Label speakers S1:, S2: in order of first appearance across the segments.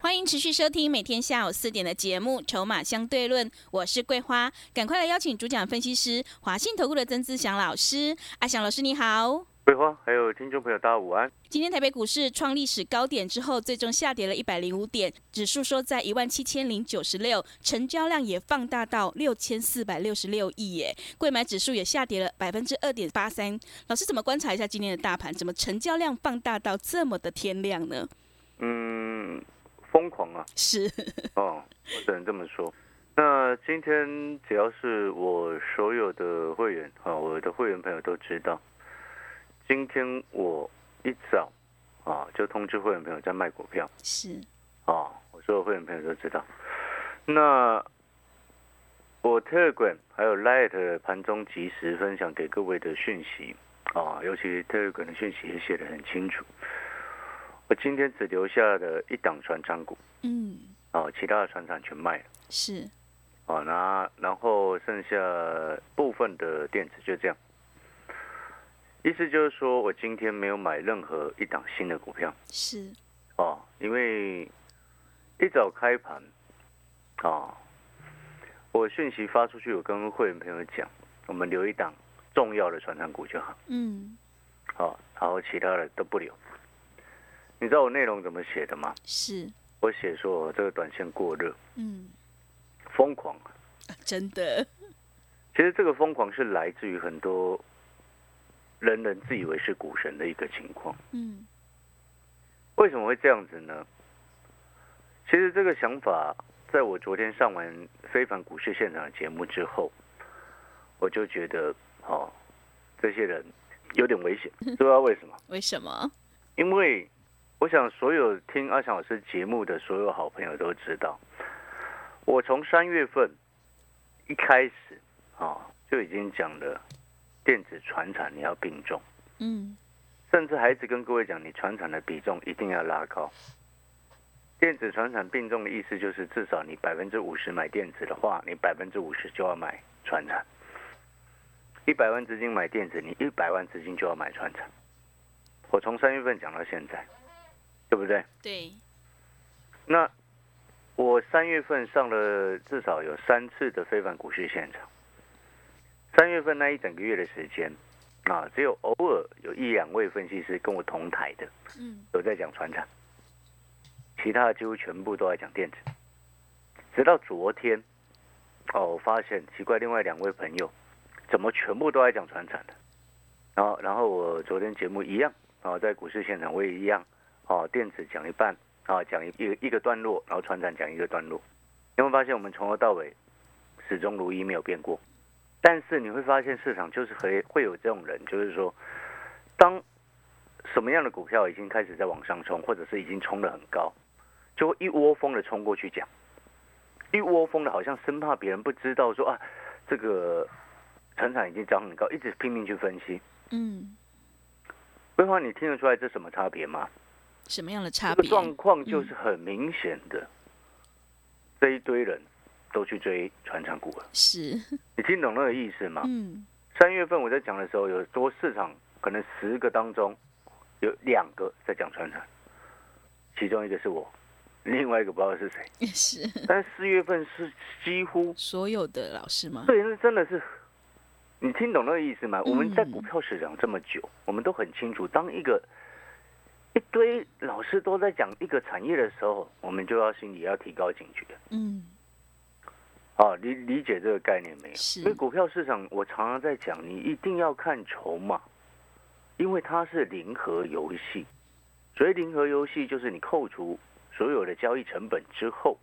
S1: 欢迎持续收听每天下午四点的节目《筹码相对论》，我是桂花，赶快来邀请主讲分析师华信投顾的曾志祥老师。阿祥老师你好，
S2: 桂花，还有听众朋友，大家午安。
S1: 今天台北股市创历史高点之后，最终下跌了一百零五点，指数收在一万七千零九十六，成交量也放大到六千四百六十六亿耶，贵买指数也下跌了百分之二点八三。老师怎么观察一下今天的大盘，怎么成交量放大到这么的天量呢？
S2: 嗯，疯狂啊，
S1: 是
S2: 哦，我只能这么说。那今天只要是我所有的会员啊、我的会员朋友都知道，今天我一早啊、就通知会员朋友在卖股票
S1: 是，
S2: 啊、我所有会员朋友都知道。那我 Telegram 还有 Light 的盘中及时分享给各位的讯息啊、尤其 Telegram 的讯息也写得很清楚。我今天只留下了一档船长股
S1: 嗯，
S2: 啊、其他的船长全卖了。
S1: 是
S2: 哦，那然后剩下部分的电池就这样。意思就是说我今天没有买任何一档新的股票
S1: 是，
S2: 哦，因为一早开盘哦，我讯息发出去，我跟会员朋友讲，我们留一档重要的传产股就好，
S1: 嗯，
S2: 好、哦，然后其他的都不留。你知道我内容怎么写的吗？
S1: 是，
S2: 我写说我这个短线过热，
S1: 嗯，
S2: 疯狂啊
S1: 真的
S2: 其实这个疯狂是来自于很多人人自以为是股神的一个情况。
S1: 嗯，
S2: 为什么会这样子呢？其实这个想法，在我昨天上完《非凡股市现场》的节目之后，我就觉得，哦，这些人有点危险，知不知道为什么？
S1: 为什么？
S2: 因为我想所有听阿强老师节目的所有好朋友都知道，我从三月份一开始啊、哦就已经讲了，电子传产你要并重，
S1: 嗯，
S2: 甚至还一直跟各位讲，你传产的比重一定要拉高。电子传产并重的意思就是，至少你百分之五十买电子的话，你百分之五十就要买传产。一百万资金买电子，你一百万资金就要买传产。我从三月份讲到现在，对不对？
S1: 对，
S2: 那我三月份上了至少有三次的非凡股市现场，三月份那一整个月的时间，啊，只有偶尔有一两位分析师跟我同台的
S1: 嗯，
S2: 有在讲船产，其他的几乎全部都在讲电子。直到昨天，哦，我发现奇怪，另外两位朋友怎么全部都在讲船产的？然后，然后我昨天节目一样，哦，在股市现场我也一样，哦，电子讲一半，啊，讲一一个一个段落，然后船产讲一个段落。你会发现我们从头到尾始终如一，没有变过。但是你会发现市场就是会会有这种人，就是说，当什么样的股票已经开始在往上冲，或者是已经冲得很高，就会一窝蜂的冲过去讲，一窝蜂的，好像生怕别人不知道说啊，这个成长已经涨很高，一直拼命去分析。
S1: 嗯，
S2: 桂花，你听得出来这什么差别吗？
S1: 什么样的差
S2: 这个
S1: 别？嗯
S2: 状况就是很明显的，这一堆人都去追传产股了。
S1: 是，
S2: 你听懂那个意思吗？
S1: 嗯，
S2: 三月份我在讲的时候，有多市场可能十个当中有两个在讲传产，其中一个是我，另外一个不知道是谁。
S1: 也是
S2: 但是四月份是几乎，
S1: 所有的老师吗？
S2: 对，那真的是，你听懂那个意思吗？
S1: 嗯
S2: 我们在股票市场这么久，我们都很清楚，当一个一堆老师都在讲一个产业的时候，我们就要心里要提高警觉。
S1: 嗯，
S2: 啊，理理解这个概念没有？
S1: 是
S2: 因为股票市场，我常常在讲，你一定要看筹码，因为它是零和游戏。所谓零和游戏，就是你扣除所有的交易成本之后，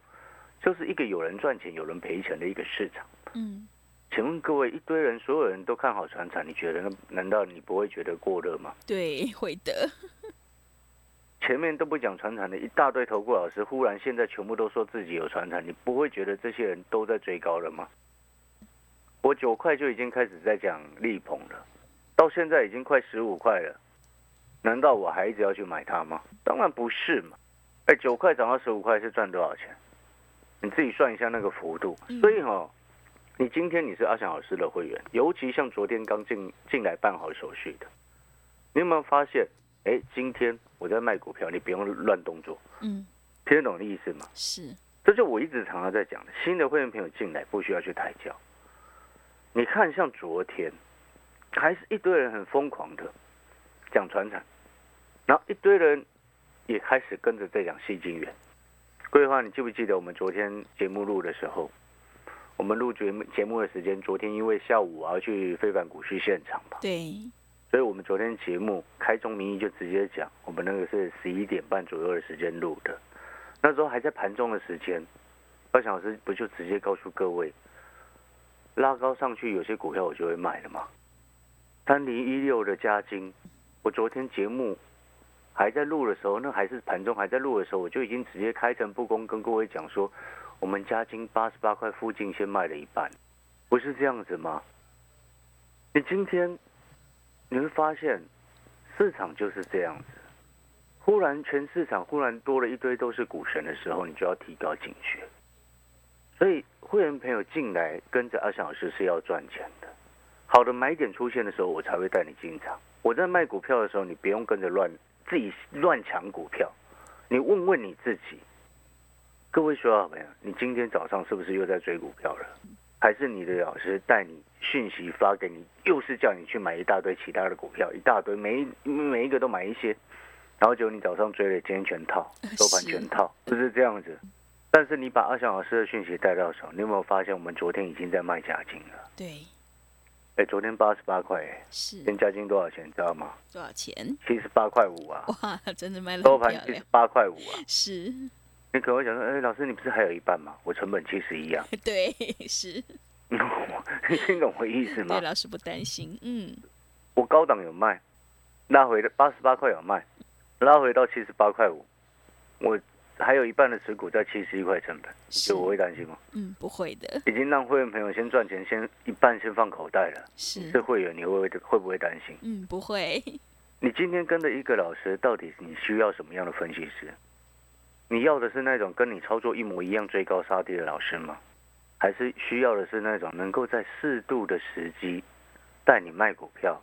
S2: 就是一个有人赚钱、有人赔钱的一个市场。
S1: 嗯，
S2: 请问各位，一堆人，所有人都看好船产，你觉得呢？难道你不会觉得过热吗？
S1: 对，会的，
S2: 前面都不讲船产的一大堆投顾老师，忽然现在全部都说自己有船产，你不会觉得这些人都在追高了吗？我九块就已经开始在讲力鹏了，到现在已经快十五块了，难道我还一直要去买它吗？当然不是嘛！哎，九块涨到十五块是赚多少钱？你自己算一下那个幅度。所以哈、你今天你是阿翔老师的会员，尤其像昨天刚进进来办好手续的，你有没有发现？哎，今天我在卖股票，你不用乱动作，
S1: 嗯，
S2: 听得懂我的意思吗？
S1: 是，
S2: 这就我一直常常在讲的，新的会员朋友进来不需要去抬轿。你看，像昨天，还是一堆人很疯狂的讲船产，然后一堆人也开始跟着在讲细晶元。桂花，你记不记得我们昨天节目录的时候，我们录节目节目的时间，昨天因为下午我要去非凡股市现场嘛，
S1: 对，
S2: 所以我们昨天节目开宗明义就直接讲，我们那个是十一点半左右的时间录的，那时候还在盘中的时间，二小时不就直接告诉各位，拉高上去有些股票我就会卖了嘛。三零一六的加金，我昨天节目还在录的时候，那还是盘中还在录的时候，我就已经直接开诚布公跟各位讲说，我们加金八十八块附近先卖了一半，不是这样子吗？你今天你会发现，市场就是这样子。忽然全市场忽然多了一堆都是股神的时候，你就要提高警觉。所以会员朋友进来跟着阿翔老师是要赚钱的。好的买点出现的时候，我才会带你进场。我在卖股票的时候，你不用跟着乱自己乱抢股票，你问问你自己。各位所有好朋友，你今天早上是不是又在追股票了？还是你的老师带你讯息发给你，又是叫你去买一大堆其他的股票，一大堆，每一每一个都买一些，然后结果你早上追了，今天全套，收盘全套，不是这样子。但是你把阿翔老师的讯息带到手，你有没有发现我们昨天已经在卖假金了？
S1: 对，
S2: 哎，昨天八十八块，哎，
S1: 是
S2: 跟加金多少钱，你知道吗？
S1: 多少钱？
S2: 七十八块五啊，
S1: 哇，真的卖的
S2: 收
S1: 哦很
S2: 盘
S1: 漂
S2: 七十
S1: 亮，
S2: 八块五啊。
S1: 是，
S2: 你可能会想说，哎，老师，你不是还有一半吗？我成本七十一啊，
S1: 对，是，
S2: 你听懂我意思吗
S1: 对，？老师不担心，嗯，
S2: 我高档有卖，拉回八十八块有卖，拉回到七十八块五，我还有一半的持股在七十一块成本，
S1: 是
S2: 就我会担心吗？
S1: 嗯，不会的，
S2: 已经让会员朋友先赚钱，先一半先放口袋了。
S1: 是
S2: 这，会员你会不会会不会担心？
S1: 嗯，不会，
S2: 你今天跟着一个老师，到底你需要什么样的分析师？你要的是那种跟你操作一模一样追高杀低的老师吗？还是需要的是那种能够在适度的时机带你卖股票、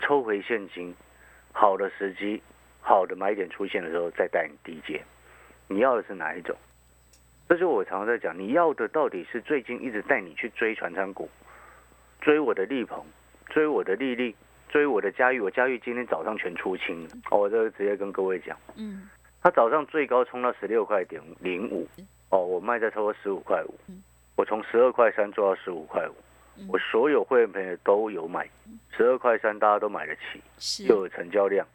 S2: 抽回现金、好的时机、好的买点出现的时候再带你低接？你要的是哪一种？这就是我常常在讲，你要的到底是最近一直带你去追传产股，追我的力鹏，追我的利利，追我的佳玉，我佳玉今天早上全出清了。哦，我这个直接跟各位讲，
S1: 嗯，
S2: 它早上最高冲到十六块点零五，哦，我卖在超过十五块五
S1: 嗯，
S2: 我从十二块三做到十五块五
S1: 嗯，
S2: 我所有会员朋友都有买，十二块三大家都买得起，
S1: 是，
S2: 又有成交量，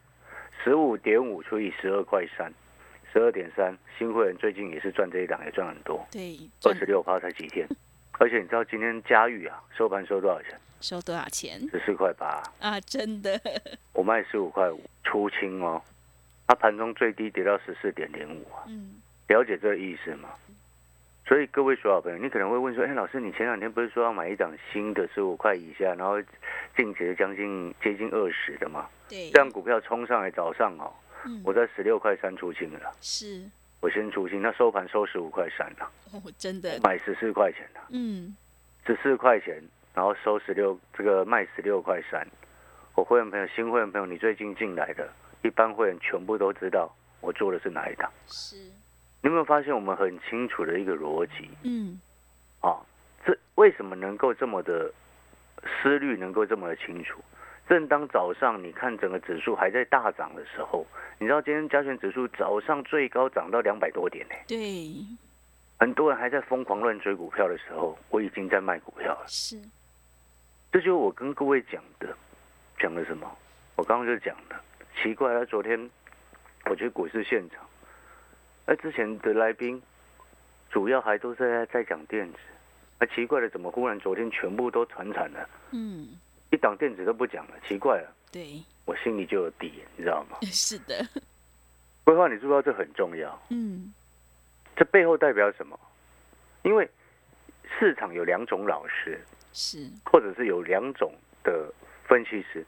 S2: 十五点五除以十二块三，十二点三，新会员最近也是赚这一档，也赚很多，
S1: 对，
S2: 二
S1: 赚
S2: 十六趴才几天，而且你知道今天佳玉啊收盘收多少钱？
S1: 收多少钱
S2: 十四块八啊。
S1: 啊？真的，
S2: 我卖十五块五，出清哦。它盘中最低跌到十四点零五啊，
S1: 嗯，
S2: 了解这个意思吗？所以各位所有朋友，你可能会问说，哎，老师，你前两天不是说要买一档新的十五块以下，然后净值将近接近二十的吗？
S1: 对，
S2: 这样股票冲上来早上哦，
S1: 嗯
S2: 我在十六块三出清了，
S1: 是，
S2: 我先出清，那收盘收十五块三了，
S1: 哦，真的，
S2: 买十四块钱的，
S1: 嗯，
S2: 十四块钱，然后收十六，这个卖十六块三。我会员朋友，新会员朋友，你最近进来的，一般会员全部都知道我做的是哪一档。
S1: 是，
S2: 你有没有发现我们很清楚的一个逻辑
S1: 嗯，
S2: 啊？这为什么能够这么的思虑能够这么的清楚？正当早上你看整个指数还在大涨的时候，你知道今天加权指数早上最高涨到两百多点呢、
S1: 对，
S2: 很多人还在疯狂乱追股票的时候，我已经在卖股票了。
S1: 是，
S2: 这就是我跟各位讲的，讲的什么？我刚刚就讲了，奇怪啊，昨天我去股市现场，那之前的来宾主要还都是在在讲电子，那奇怪了，怎么忽然昨天全部都传产了，
S1: 嗯，
S2: 一档电子都不讲了？奇怪了，
S1: 对，
S2: 我心里就有底，你知道吗？
S1: 是的，
S2: 规划你知道这很重要，
S1: 嗯
S2: 这背后代表什么？因为市场有两种老师，
S1: 是，
S2: 或者是有两种的分析师，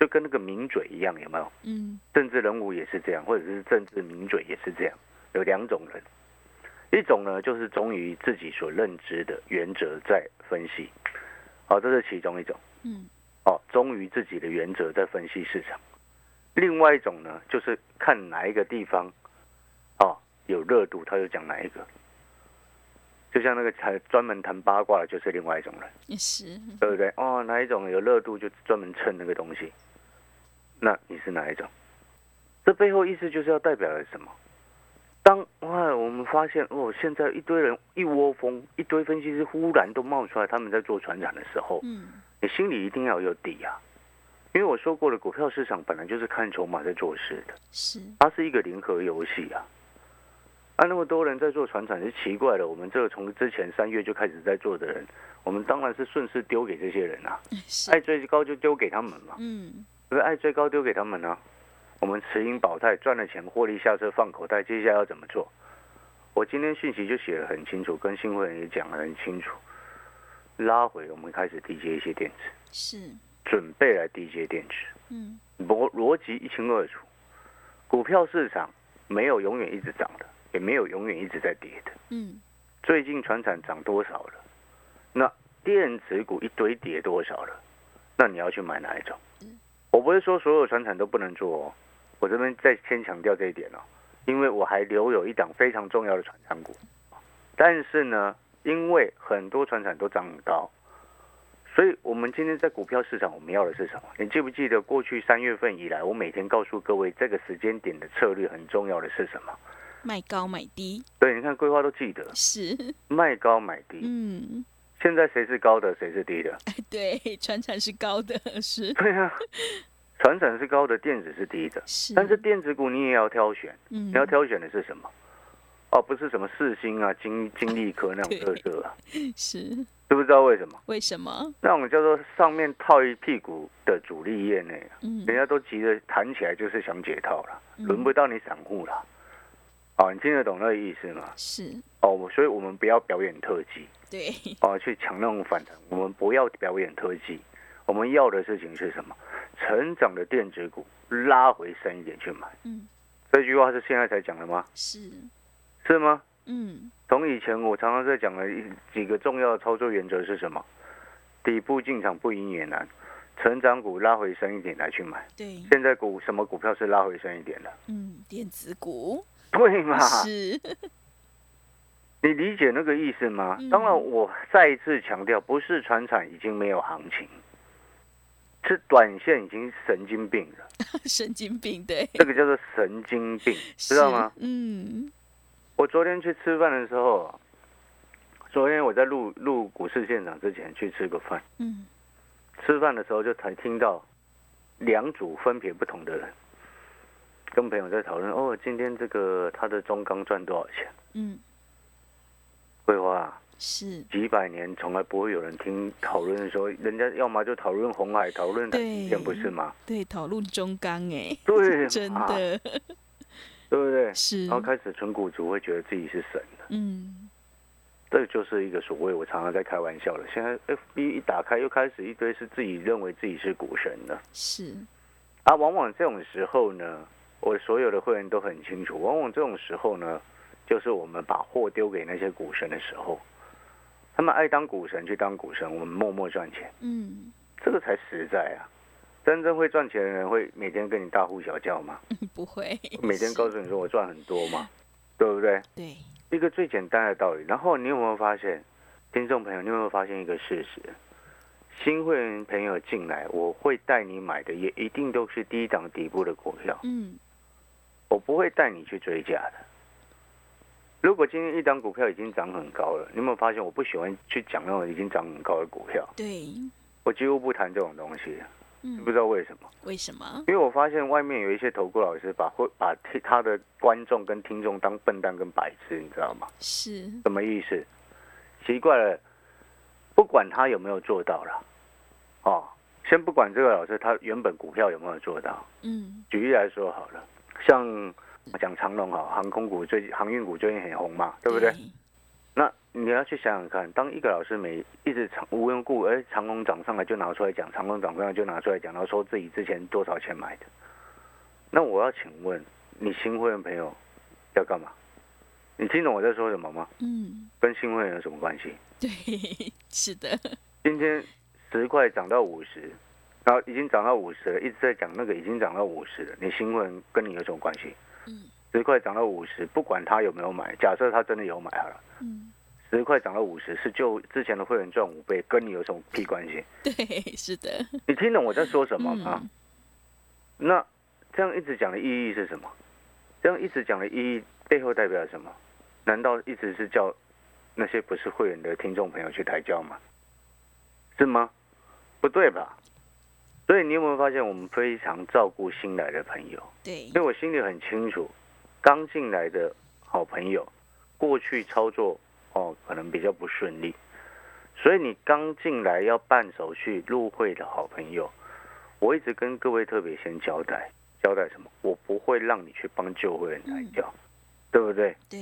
S2: 就跟那个名嘴一样，有没有？
S1: 嗯
S2: 政治人物也是这样，或者是政治名嘴也是这样，有两种人。一种呢，就是忠于自己所认知的原则在分析，好、这是其中一种。
S1: 嗯
S2: 哦，忠于自己的原则在分析市场。另外一种呢，就是看哪一个地方哦有热度，他就讲哪一个。就像那个才专门谈八卦的，就是另外一种人，
S1: 也是，
S2: 对不对？哦，哪一种有热度就专门蹭那个东西。那你是哪一种？这背后意思就是要代表了什么？当哇，我们发现哦，现在一堆人一窝蜂，一堆分析师忽然都冒出来，他们在做船长的时候，
S1: 嗯
S2: 你心里一定要有底啊。因为我说过了，股票市场本来就是看筹码在做事的，
S1: 是，
S2: 它是一个零和游戏啊。啊，那么多人在做船产是奇怪的，我们这个从之前三月就开始在做的人，我们当然是顺势丢给这些人啊，爱
S1: 是，
S2: 追高就丢给他们嘛，
S1: 嗯
S2: 不是爱追高丢给他们啊。我们持盈保泰，赚了钱获利下车放口袋，接下来要怎么做？我今天讯息就写得很清楚，跟新会员也讲得很清楚，拉回我们开始低接一些电子。
S1: 是，
S2: 准备来低接电池，
S1: 嗯
S2: 逻逻辑一清二楚。股票市场没有永远一直涨的，也没有永远一直在跌的。
S1: 嗯
S2: 最近船产涨多少了？那电子股一堆跌多少了？那你要去买哪一种？我不是说所有船产都不能做哦，我这边再先强调这一点哦，因为我还留有一档非常重要的船产股，但是呢，因为很多船产都涨很高，所以我们今天在股票市场我们要的是什么？你记不记得过去三月份以来，我每天告诉各位这个时间点的策略很重要的是什么？
S1: 卖高买低
S2: 对，你看规划都记得，
S1: 是，
S2: 卖高买低。
S1: 嗯，
S2: 现在谁是高的，谁是 低的？
S1: 对，船产是高的，是
S2: 对啊，船产是高的，电子是低的。
S1: 是，
S2: 但是电子股你也要挑选，
S1: 嗯
S2: 你要挑选的是什么？哦，不是什么世星啊、金金利科那种特色 啊，
S1: 是，
S2: 知不知道为什么？
S1: 为什么？
S2: 那种叫做上面套一屁股的主力业内，啊
S1: 嗯
S2: 人家都急着弹起来，就是想解套了，
S1: 嗯
S2: 轮不到你散户了。哦，你听得懂那个意思吗？
S1: 是，
S2: 哦，我所以我们不要表演特技，
S1: 对，
S2: 哦，去抢那种反弹，我们不要表演特技，我们要的事情是什么？成长的电子股拉回深一点去买。
S1: 嗯
S2: 这句话是现在才讲的吗？
S1: 是，
S2: 是吗？
S1: 嗯
S2: 从以前我常常在讲的一几个重要的操作原则是什么？底部进场不赢也难，成长股拉回深一点来去买。
S1: 对，
S2: 现在股什么股票是拉回深一点的？
S1: 嗯，电子股
S2: 对嘛？
S1: 是，
S2: 你理解那个意思吗？
S1: 嗯
S2: 当然，我再一次强调，不是船产已经没有行情，是短线已经神经病了，
S1: 神经病，对，
S2: 这个叫做神经病， 知道吗？
S1: 是？嗯，
S2: 我昨天去吃饭的时候，昨天我在录录股市现场之前去吃个饭，
S1: 嗯，
S2: 吃饭的时候就才听到两组分别不同的人跟朋友在讨论，哦，今天这个他的中钢赚多少钱？
S1: 嗯，
S2: 桂花、啊。
S1: 是，
S2: 几百年从来不会有人听讨论说，人家要么就讨论红海，讨论台积电，
S1: 对
S2: 不是 吗？
S1: 对，讨论中钢，哎，
S2: 对啊
S1: 真
S2: 嘛
S1: 的
S2: 对不对？
S1: 是
S2: 然后开始纯股族会觉得自己是神的，
S1: 嗯，
S2: 这就是一个所谓我常常在开玩笑的。现在 FB 一打开，又开始一堆是自己认为自己是股神的
S1: 是，
S2: 啊。往往这种时候呢，我所有的会员都很清楚，往往这种时候呢，就是我们把货丢给那些股神的时候，他们爱当股神去当股神，我们默默赚钱。
S1: 嗯，
S2: 这个才实在啊！真正会赚钱的人会每天跟你大呼小叫吗？
S1: 不会，
S2: 每天
S1: 是
S2: 告诉你说我赚很多吗？对不对？
S1: 对，
S2: 一个最简单的道理。然后你有没有发现，听众朋友，你有没有发现一个事实？新会员朋友进来，我会带你买的也一定都是低档底部的股票，
S1: 嗯，
S2: 我不会带你去追价的。如果今天一档股票已经涨很高了，你有没有发现我不喜欢去讲那种已经涨很高的股票？
S1: 对，
S2: 我几乎不谈这种东西，
S1: 嗯
S2: 不，知道为什么。
S1: 为什么？
S2: 因为我发现外面有一些投顾老师把会把替他的观众跟听众当笨蛋跟白痴，你知道吗？
S1: 是，
S2: 什么意思？奇怪了，不管他有没有做到了，哦，先不管这个老师他原本股票有没有做到，
S1: 嗯，
S2: 举例来说好了，像讲长龙哈，航空股最近航运股最近很红嘛，对不对？那你要去想想看，当一个老师每一直长无缘无故，哎，长龙涨上来就拿出来讲，长龙涨上来就拿出来讲，然后说自己之前多少钱买的。那我要请问你新会员朋友要干嘛？你听懂我在说什么吗？
S1: 嗯，
S2: 跟新会员有什么关系？
S1: 对， 是的，
S2: 今天十块涨到五十，然后已经涨到五十了，一直在讲那个已经涨到五十了，你新会员跟你有什么关系？
S1: 嗯
S2: 十块涨到五十，不管他有没有买，假设他真的有买好了，
S1: 嗯，
S2: 十块涨到五十是就之前的会员赚五倍，跟你有什么屁关系？
S1: 对，是的，
S2: 你听懂我在说什么
S1: 嗯
S2: 吗？那这样一直讲的意义是什么？这样一直讲的意义背后代表什么？难道一直是叫那些不是会员的听众朋友去抬轿吗？是吗？不对吧？所以你有没有发现，我们非常照顾新来的朋友？
S1: 对
S2: 因为，我心里很清楚，刚进来的好朋友，过去操作哦可能比较不顺利，所以你刚进来要办手续入会的好朋友，我一直跟各位特别先交代，交代什么？我不会让你去帮旧会员抬轿，对不对？
S1: 对，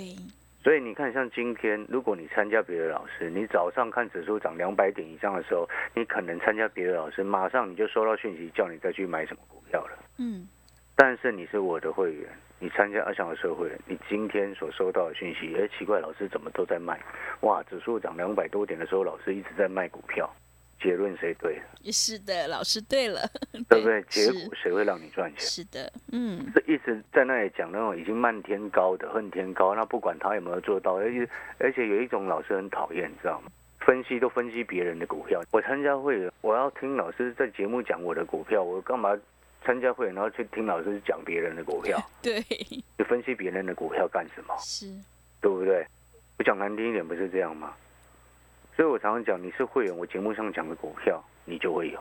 S2: 所以你看，像今天，如果你参加别的老师，你早上看指数涨两百点以上的时候，你可能参加别的老师，马上你就收到讯息，叫你再去买什么股票了。
S1: 嗯，
S2: 但是你是我的会员，你参加二项的社会员，你今天所收到的讯息，哎，奇怪，老师怎么都在卖？哇，指数涨两百多点的时候，老师一直在卖股票，结论谁对了，
S1: 是的，老师对了，
S2: 对不对？结
S1: 是
S2: 果谁会让你赚钱？
S1: 是的，嗯，
S2: 这一直在那里讲那种已经漫天高的恨天高，那不管他有没有做到，而且而且有一种老师很讨厌，你知道吗？分析都分析别人的股票，我参加会员，我要听老师在节目讲我的股票，我干嘛参加会员然后去听老师讲别人的股票？
S1: 对，
S2: 你分析别人的股票干什么？
S1: 是，
S2: 对不对？我讲难听一点，不是这样吗？所以我常常讲，你是会员，我节目上讲的股票，你就会有，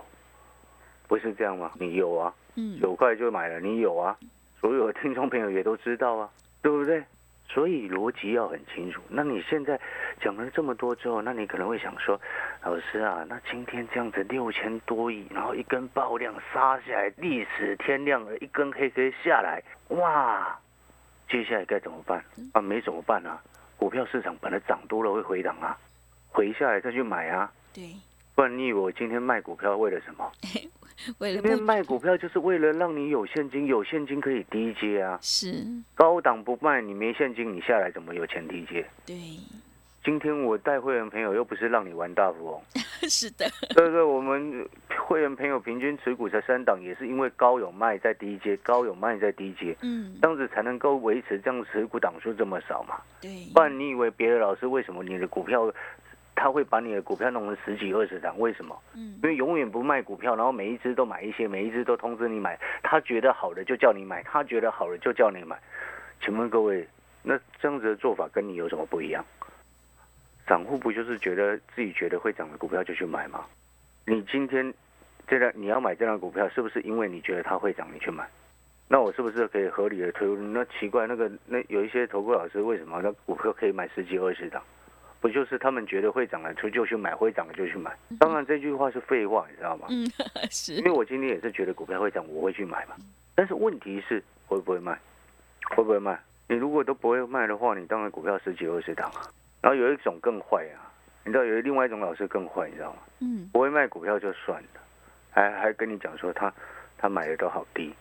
S2: 不是这样吗？你有啊，
S1: 嗯，
S2: 九块就买了，你有啊，所有的听众朋友也都知道啊，对不对？所以逻辑要很清楚。那你现在讲了这么多之后，那你可能会想说，老师啊，那今天这样子六千多亿，然后一根爆量杀下来，历史天量的一根黑 K 下来，哇，接下来该怎么办啊？没怎么办啊，股票市场本来涨多了会回档啊，回下来再去买啊，
S1: 对，
S2: 不然你以为我今天卖股票为了什么？
S1: 为了
S2: 因为
S1: 呃不
S2: 卖股票就是为了让你有现金，有现金可以低接啊。
S1: 是，
S2: 高档不卖，你没现金，你下来怎么有钱低接？
S1: 对，
S2: 今天我带会员朋友又不是让你玩大富翁，
S1: 是的，
S2: 对不对？我们会员朋友平均持股才三档，也是因为高有卖在低接，高有卖在低接，
S1: 嗯
S2: 这，样子才能够维持这样持股档数这么少嘛。
S1: 对，
S2: 不然你以为别的老师为什么你的股票他会把你的股票弄成十几二十档？为什么？
S1: 嗯，
S2: 因为永远不卖股票，然后每一只都买一些，每一只都通知你买，他觉得好的就叫你买，他觉得好的就叫你买。请问各位，那这样子的做法跟你有什么不一样？散户不就是觉得自己觉得会涨的股票就去买吗？你今天这辆你要买这辆股票，是不是因为你觉得它会涨，你去买？那我是不是可以合理的推论？那奇怪，那个那有一些投顾老师为什么那股票可以买十几二十档？不就是他们觉得会涨的就就去买，会涨的就去买？当然这句话是废话，你知道吗？
S1: 嗯，
S2: 因
S1: 是
S2: 为，我今天也是觉得股票会涨，我会去买嘛。但是问题是会不会卖？会不会卖？你如果都不会卖的话，你当然股票十几二十档啊。然后有一种更坏啊，你知道有另外一种老师更坏，你知道吗？
S1: 嗯，
S2: 不会卖股票就算了，还还跟你讲说他他买的都好低，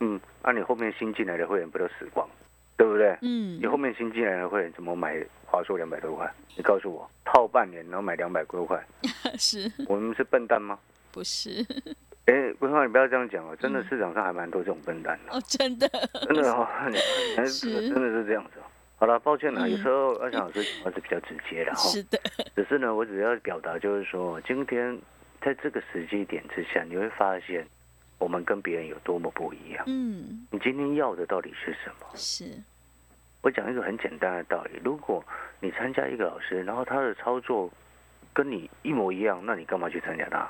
S2: 嗯，那、你后面新进来的会员不都死光，对不对？
S1: 嗯
S2: 你，后面新进来的会员怎么买华硕两百多块？你告诉我，套半年然后买两百多 块，
S1: 是，
S2: 我们是笨蛋吗？
S1: 不是？
S2: 哎，桂花，你不要这样讲哦，真
S1: 嗯
S2: 的市场上还蛮多这种笨蛋的，
S1: 哦，真的，
S2: 真的哦， 你哎
S1: 是
S2: 真的是这样子哦。好了，抱歉了，
S1: 嗯
S2: 有时候二小时讲话是比较直接的哈。
S1: 是的，
S2: 只是呢，我只要表达就是说，今天在这个时机点之下，你会发现我们跟别人有多么不一样。
S1: 嗯，
S2: 你今天要的到底是什么？
S1: 是，
S2: 我讲一个很简单的道理：如果你参加一个老师，然后他的操作跟你一模一样，那你干嘛去参加他？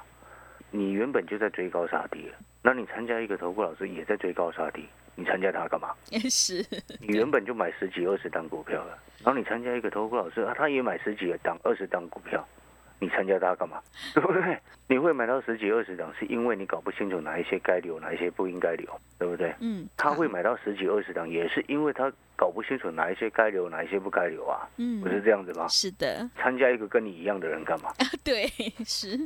S2: 你原本就在追高杀低了，那你参加一个投顾老师也在追高杀低，你参加他干嘛？
S1: 也是，
S2: 你原本就买十几二十档股票了，然后你参加一个投顾老师啊，他也买十几档二十档股票，你参加它干嘛？ 对不对？你会买到十几二十档，是因为你搞不清楚哪一些该留，哪一些不应该留，对不对？
S1: 嗯，
S2: 他会买到十几二十档，也是因为他搞不清楚哪一些该留，哪一些不该留啊，
S1: 嗯
S2: 不是这样子吗？
S1: 是的，
S2: 参加一个跟你一样的人干嘛？
S1: 对，是，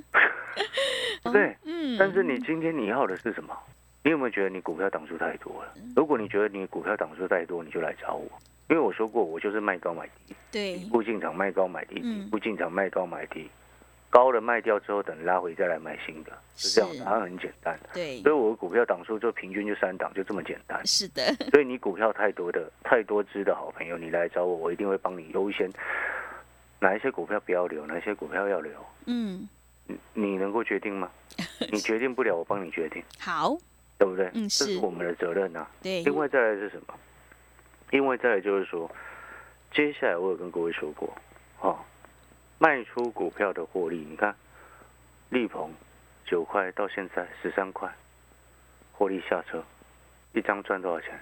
S2: 对不对？
S1: 嗯，
S2: 但是你今天你要的是什么？你有没有觉得你股票档数太多了？
S1: 嗯
S2: 如果你觉得你股票档数太多，你就来找我，因为我说过，我就是卖高买低，
S1: 对
S2: 底，部进场卖高买低，
S1: 嗯
S2: 底部进场卖高买低，高的卖掉之后，等拉回再来买新的，是这样
S1: 是
S2: 的，答啊案很简单。
S1: 对
S2: 所，以我的股票档数就平均就三档，就这么简单。
S1: 是的，
S2: 所以你股票太多的、太多只的好朋友，你来找我，我一定会帮你优先哪一些股票不要留，哪一些股票要留，
S1: 嗯，
S2: 你你能够决定 吗？你决定不了，我帮你决定。
S1: 好，
S2: 对不对？
S1: 嗯
S2: 这
S1: 是
S2: 是我们的责任啊。
S1: 对，
S2: 另外再来是什么？另外再来就是说，接下来我有跟各位说过，哦，卖出股票的获利，你看，立鹏九块到现在十三块，获利下车，一张赚多少钱？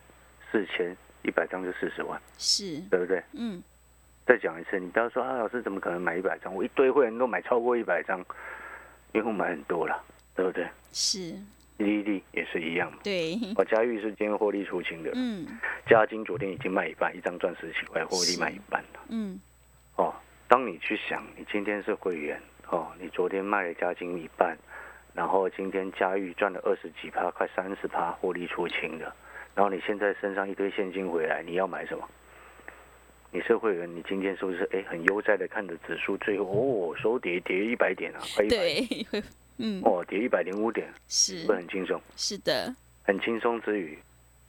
S2: 四千一百张就四十万，
S1: 是，
S2: 对不对？
S1: 嗯，
S2: 再讲一次，你不要说啊，老师怎么可能买一百张？我一堆会员都买超过一百张，因为我买很多了，对不对？
S1: 是，
S2: 利率也是一样嘛。
S1: 对，
S2: 哦，嘉裕是今天获利出清的，
S1: 嗯
S2: 嘉金昨天已经卖一半，一张赚十几块，获利卖一半了。
S1: 嗯，
S2: 哦，当你去想，你今天是会员，哦，你昨天卖了嘉金一半，然后今天嘉裕赚了二十几趴，快三十趴，获利出清的，然后你现在身上一堆现金回来，你要买什么？你是会员，你今天是不是哎很悠哉的看着指数最后哦收跌跌一百点啊，快一百
S1: 对，嗯会，嗯，
S2: 哦跌一百零五点，
S1: 是
S2: 会很轻松。
S1: 是的，
S2: 很轻松之余，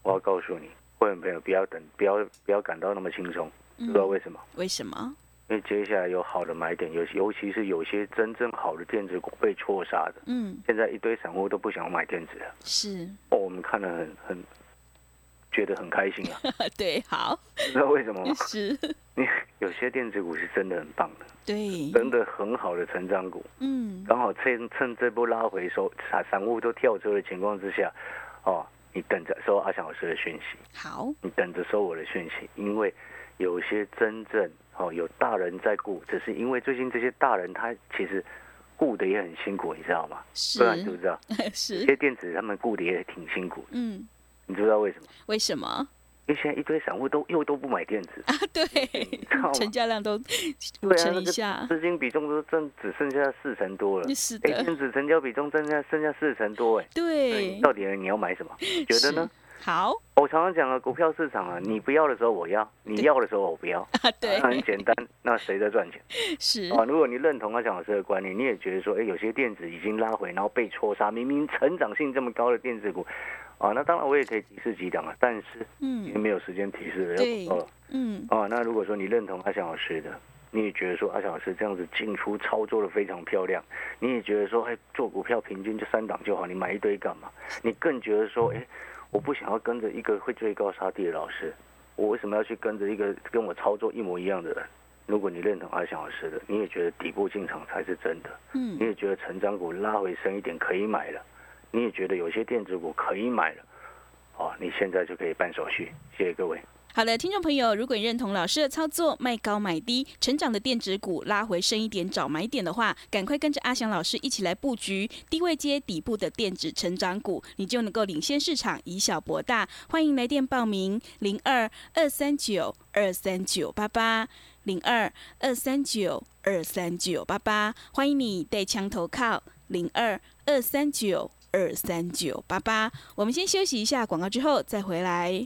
S2: 我要告诉你，会员朋友不要等，不要不要感到那么轻松，知
S1: 嗯
S2: 道为什么？
S1: 为什么？
S2: 因为接下来有好的买点，尤尤其是有些真正好的电子股被错杀的，
S1: 嗯，
S2: 现在一堆散户都不想买电子了。
S1: 是，
S2: 哦，我们看了很很觉得很开心 啊，
S1: 对，好，
S2: 知道为什么吗？
S1: 是，
S2: 你有些电子股是真的很棒的，
S1: 对，
S2: 真的很好的成长股，
S1: 嗯，
S2: 刚好趁趁这波拉回收，散散户都跳车的情况之下，哦，你等着收阿翔老师的讯息。
S1: 好，
S2: 你等着收我的讯息，因为有些真正哦有大人在顾，只是因为最近这些大人他其实顾的也很辛苦，你知道吗？
S1: 是
S2: 不然你知不知道？有
S1: 是，
S2: 些电子他们顾的也挺辛苦的，
S1: 嗯，
S2: 你知不知道为什么？
S1: 为什么？
S2: 因为现在一堆散户都又都不买电子，
S1: 啊，对
S2: 嗯道，吗
S1: 成交量都五
S2: 对啊，
S1: 成
S2: 那
S1: 以
S2: 个
S1: 下，
S2: 资金比重都剩只剩下四成多了。
S1: 是
S2: 哎，
S1: 的，
S2: 电子成交比重剩下剩下四成多，哎，
S1: 对，
S2: 到底你要买什么？觉得呢？
S1: 是？好
S2: 我常常讲啊，股票市场啊，你不要的时候我要，你
S1: 对
S2: 要的时候我不要，
S1: 啊，对，
S2: 那很简单。那谁在赚钱？
S1: 是，
S2: 啊，如果你认同阿强老师的观念，你也觉得说，哎，有些电子已经拉回，然后被戳杀，明明成长性这么高的电子股，啊，那当然我也可以提示几档啊，但是也
S1: 嗯
S2: 没有时间提示了，
S1: 对
S2: 要广告了
S1: 嗯，
S2: 啊，那如果说你认同阿翔老师的，你也觉得说阿翔老师这样子进出操作的非常漂亮，你也觉得说，哎，做股票平均就三档就好，你买一堆干嘛？你更觉得说，哎，我不想要跟着一个会追高杀低的老师，我为什么要去跟着一个跟我操作一模一样的人？如果你认同阿翔老师的，你也觉得底部进场才是真的，
S1: 嗯
S2: 你也觉得成长股拉回深一点可以买了，你也觉得有些电子股可以买了，哦，你现在就可以办手续，谢谢各位。
S1: 好的，听众朋友，如果你认同老师的操作，卖高买低，成长的电子股拉回深一点找买点的话，赶快跟着阿翔老师一起来布局低位接底部的电子成长股，你就能够领先市场，以小博大。欢迎来电报名零二二三九二三九八八零二二三九二三九八八，欢迎你对墙头靠零二二三九二三九八八。我们先休息一下广告，之后再回来。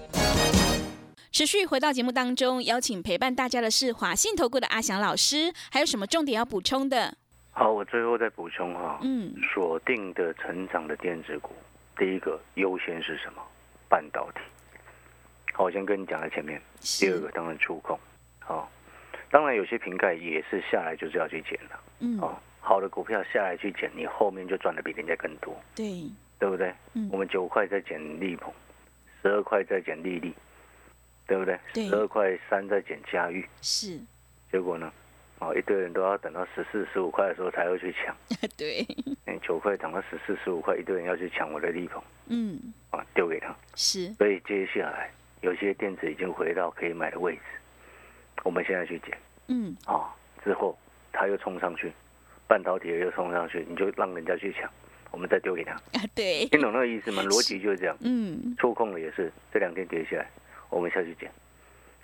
S1: 持续回到节目当中，邀请陪伴大家的是华信投顾的阿翔老师，还有什么重点要补充的？
S2: 好，我最后再补充哈、
S1: 嗯，
S2: 锁定的成长的电子股，第一个优先是什么？半导体。好，我先跟你讲在前面。第二
S1: 是
S2: 个当然触控。好、当然有些瓶盖也是下来就是要去捡了，
S1: 嗯，
S2: 哦，好的股票下来去捡，你后面就赚的比人家更多，
S1: 对，
S2: 对不对？
S1: 嗯
S2: 我们九块在捡力鹏，十二块在捡利利，对不对？
S1: 对
S2: 十二块三在捡嘉裕，
S1: 是，
S2: 结果呢，哦，一堆人都要等到十四、十五块的时候才会去抢，
S1: 对，
S2: 嗯，九块涨到十四、十五块，一堆人要去抢我的力鹏
S1: 嗯，
S2: 啊，丢给他。
S1: 是，
S2: 所以接下来有些电子已经回到可以买的位置，我们现在去捡
S1: 嗯，
S2: 啊、之后它又冲上去，半导体又冲上去，你就让人家去抢，我们再丢给他，
S1: 啊，对，
S2: 听懂那个意思吗？逻辑就是这样，
S1: 嗯，
S2: 触控了也是，这两天跌下来，我们下去捡，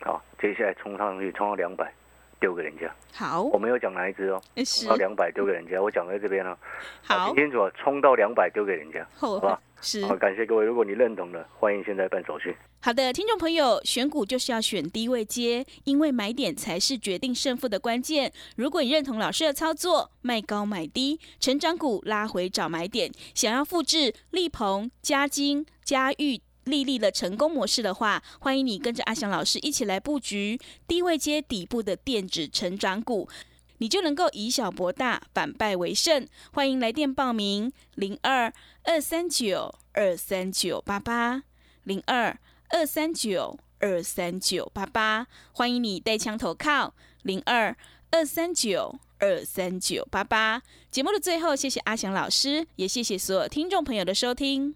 S2: 好、接下来冲上去，冲到两百，丢给人家，
S1: 好，
S2: 我没有讲哪一只哦，
S1: 是
S2: 冲到，两百丢给人家，我讲在这边哦，
S1: 好
S2: 听，清楚哦，冲到两百丢给人家，好不
S1: 后
S2: 好？
S1: 是
S2: 好，感谢各位，如果你认同了，欢迎现在办手续。
S1: 好的，听众朋友，选股就是要选低位接，因为买点才是决定胜负的关键。如果你认同老师的操作，卖高买低，成长股拉回找买点，想要复制力鹏、嘉金、嘉裕。丽丽的成功模式的话，欢迎你跟着阿翔老师一起来布局低位接底部的电子成长股，你就能够以小博大，反败为胜。欢迎来电报名零二二三九二三九八八零二二三九二三九八八，欢迎你带枪投靠零二二三九二三九八八。节目的最后，谢谢阿翔老师，也谢谢所有听众朋友的收听。